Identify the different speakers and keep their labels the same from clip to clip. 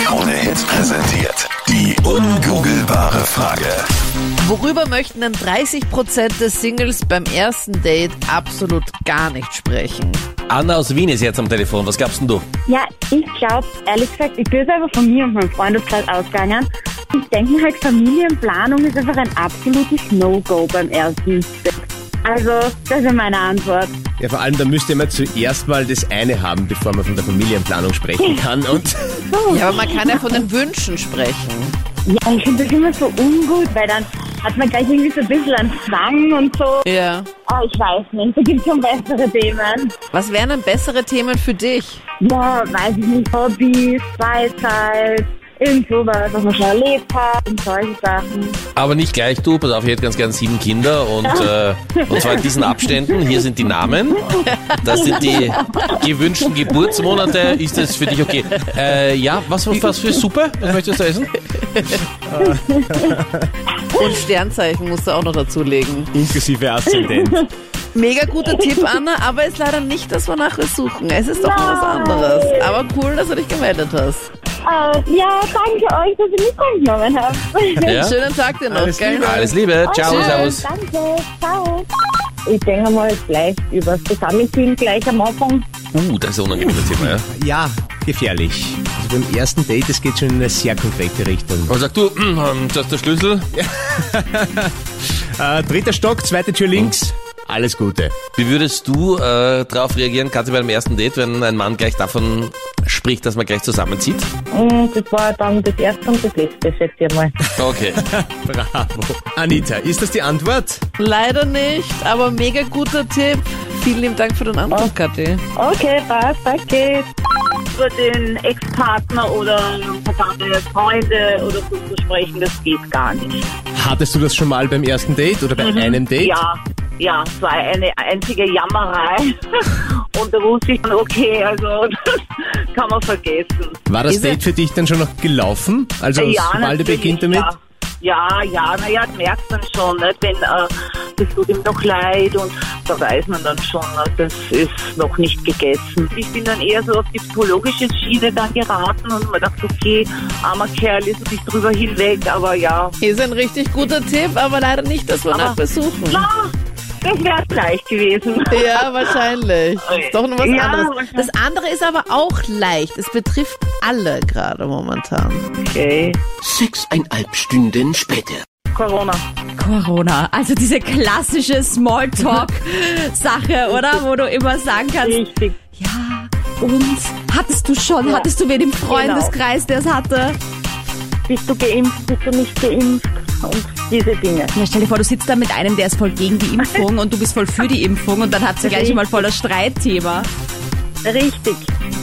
Speaker 1: Krone Hits präsentiert. Die ungoogelbare Frage.
Speaker 2: Worüber möchten denn 30% der Singles beim ersten Date absolut gar nicht sprechen?
Speaker 3: Anna aus Wien ist jetzt am Telefon. Was glaubst denn du?
Speaker 4: Ja, ich glaube, ehrlich gesagt, ich bin selber von mir und meinem Freundeskreis ausgegangen. Ich denke mir halt, Familienplanung ist einfach ein absolutes No-Go beim ersten Sex. Also, das ist meine Antwort.
Speaker 5: Ja, vor allem, da müsste man zuerst mal das eine haben, bevor man von der Familienplanung sprechen kann. Und
Speaker 2: Ja, aber man kann ja von den Wünschen sprechen.
Speaker 4: Ja, ich finde das immer so ungut, weil dann hat man gleich irgendwie so ein bisschen einen Zwang und so.
Speaker 2: Ja.
Speaker 4: Oh, ich weiß nicht, da gibt es schon bessere Themen.
Speaker 2: Was wären denn bessere Themen für dich?
Speaker 4: Ja, weiß ich nicht, Hobbys, Freizeit, irgend sowas, was man schon erlebt hat und solche Sachen.
Speaker 3: Aber nicht gleich du. Pass auf, ich hätte ganz gern sieben Kinder und, äh, und zwar in diesen Abständen. Hier sind die Namen. Das sind die gewünschten Geburtsmonate. Ist das für dich okay? Äh, ja, was, was für Suppe? Was möchtest du essen?
Speaker 2: Und Sternzeichen musst du auch noch dazulegen.
Speaker 5: inklusive Aszendent.
Speaker 2: Mega guter Tipp, Anna, aber ist leider nicht das, wonach wir suchen. Es ist doch mal was anderes. Aber cool, dass du dich gemeldet hast.
Speaker 4: Äh, ja, danke euch, dass ihr mich angenommen habt.
Speaker 3: Ja?
Speaker 2: Schönen Tag dir noch,
Speaker 5: Alles
Speaker 2: gell?
Speaker 5: Liebe.
Speaker 3: Alles Liebe. Ciao,
Speaker 2: Tschüss.
Speaker 3: servus.
Speaker 4: Danke, ciao. Ich denke mal gleich über das Zusammenziehen gleich am Anfang.
Speaker 3: Uh, das ist ein unangenehmes Thema, ja.
Speaker 5: Ja, gefährlich. Also beim ersten Date, das geht schon in eine sehr konkrete Richtung.
Speaker 3: Und sagst du, hm, das ist der Schlüssel.
Speaker 5: Äh, dritter Stock, zweite Tür links. Alles Gute.
Speaker 3: Wie würdest du äh, darauf reagieren, Katja, bei einem ersten Date, wenn ein Mann gleich davon spricht, dass man gleich zusammenzieht?
Speaker 4: Und Mm, das war dann das erste und das letzte, schätze ich mal.
Speaker 3: Okay.
Speaker 5: Bravo. Anita, ist das die Antwort?
Speaker 2: Leider nicht, aber mega guter Tipp. Vielen lieben Dank für den Anruf, Kathi.
Speaker 4: Okay, passt, danke. Über den Ex-Partner oder vergangene Freunde oder so zu sprechen, das geht gar nicht.
Speaker 5: Hattest du das schon mal beim ersten Date oder bei einem Date?
Speaker 6: Mhm. Ja, ja, es war eine einzige Jammerei. Und da wusste ich dann, okay, also das kann man vergessen.
Speaker 5: War das
Speaker 2: Ist
Speaker 5: Date für dich dann schon noch gelaufen? Also sobald ihr
Speaker 6: natürlich,
Speaker 5: beginnt damit?
Speaker 6: Ja. Ja, ja, naja, merkt man schon, nicht? wenn äh, das tut ihm noch leid und da weiß man dann schon, äh, das ist noch nicht gegessen. Ich bin dann eher so auf die psychologische Schiene dann geraten und man dachte, okay, armer Kerl ist nicht drüber hinweg, aber ja,
Speaker 2: Ist ein richtig guter Tipp, aber leider nicht das, wonach
Speaker 6: Aber-
Speaker 2: wir suchen.
Speaker 6: ah, das wäre leicht gewesen.
Speaker 2: Ja, wahrscheinlich. Ist doch nur was
Speaker 6: Ja,
Speaker 2: anderes.
Speaker 6: wahrscheinlich.
Speaker 2: Das andere ist aber auch leicht. Es betrifft alle gerade momentan.
Speaker 6: Okay.
Speaker 7: Sechseinhalb Stunden später.
Speaker 6: Corona.
Speaker 8: Corona. Also diese klassische Smalltalk-Sache, oder? Wo du immer sagen kannst,
Speaker 6: Richtig.
Speaker 8: ja, und hattest du schon, hattest du wen im Freundeskreis, der es hatte?
Speaker 4: Bist du geimpft, bist du nicht geimpft und diese Dinge.
Speaker 8: Ja, stell dir vor, du sitzt da mit einem, der ist voll gegen die Impfung und du bist voll für die Impfung und dann habt ihr gleich mal voll das Streitthema.
Speaker 4: Richtig.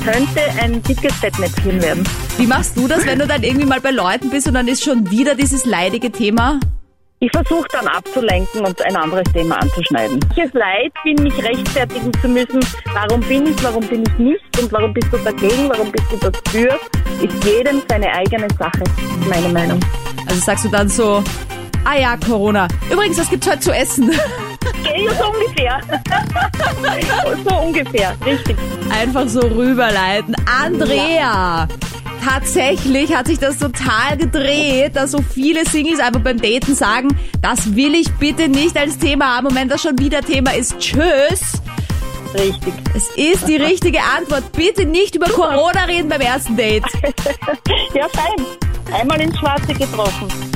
Speaker 4: Könnte ein dickes Fettnäpfchen werden.
Speaker 8: Wie machst du das, wenn du dann irgendwie mal bei Leuten bist und dann ist schon wieder dieses leidige Thema?
Speaker 4: Ich versuche dann abzulenken und ein anderes Thema anzuschneiden. Es leid bin, mich rechtfertigen zu müssen. Warum bin ich, warum bin ich nicht und warum bist du dagegen, warum bist du dafür, ist jedem seine eigene Sache, ist meine Meinung.
Speaker 8: Also sagst du dann so, ah ja, Corona. Übrigens, was gibt's heute zu essen?
Speaker 4: Okay, so ungefähr. so ungefähr, richtig.
Speaker 8: einfach so rüberleiten. Andrea! Tatsächlich hat sich das total gedreht, dass so viele Singles einfach beim Daten sagen, das will ich bitte nicht als Thema haben. Und wenn das schon wieder Thema ist, tschüss.
Speaker 4: Richtig.
Speaker 8: Es ist die richtige Antwort. Bitte nicht über Corona reden beim ersten Date.
Speaker 4: Ja, fein. Einmal ins Schwarze getroffen.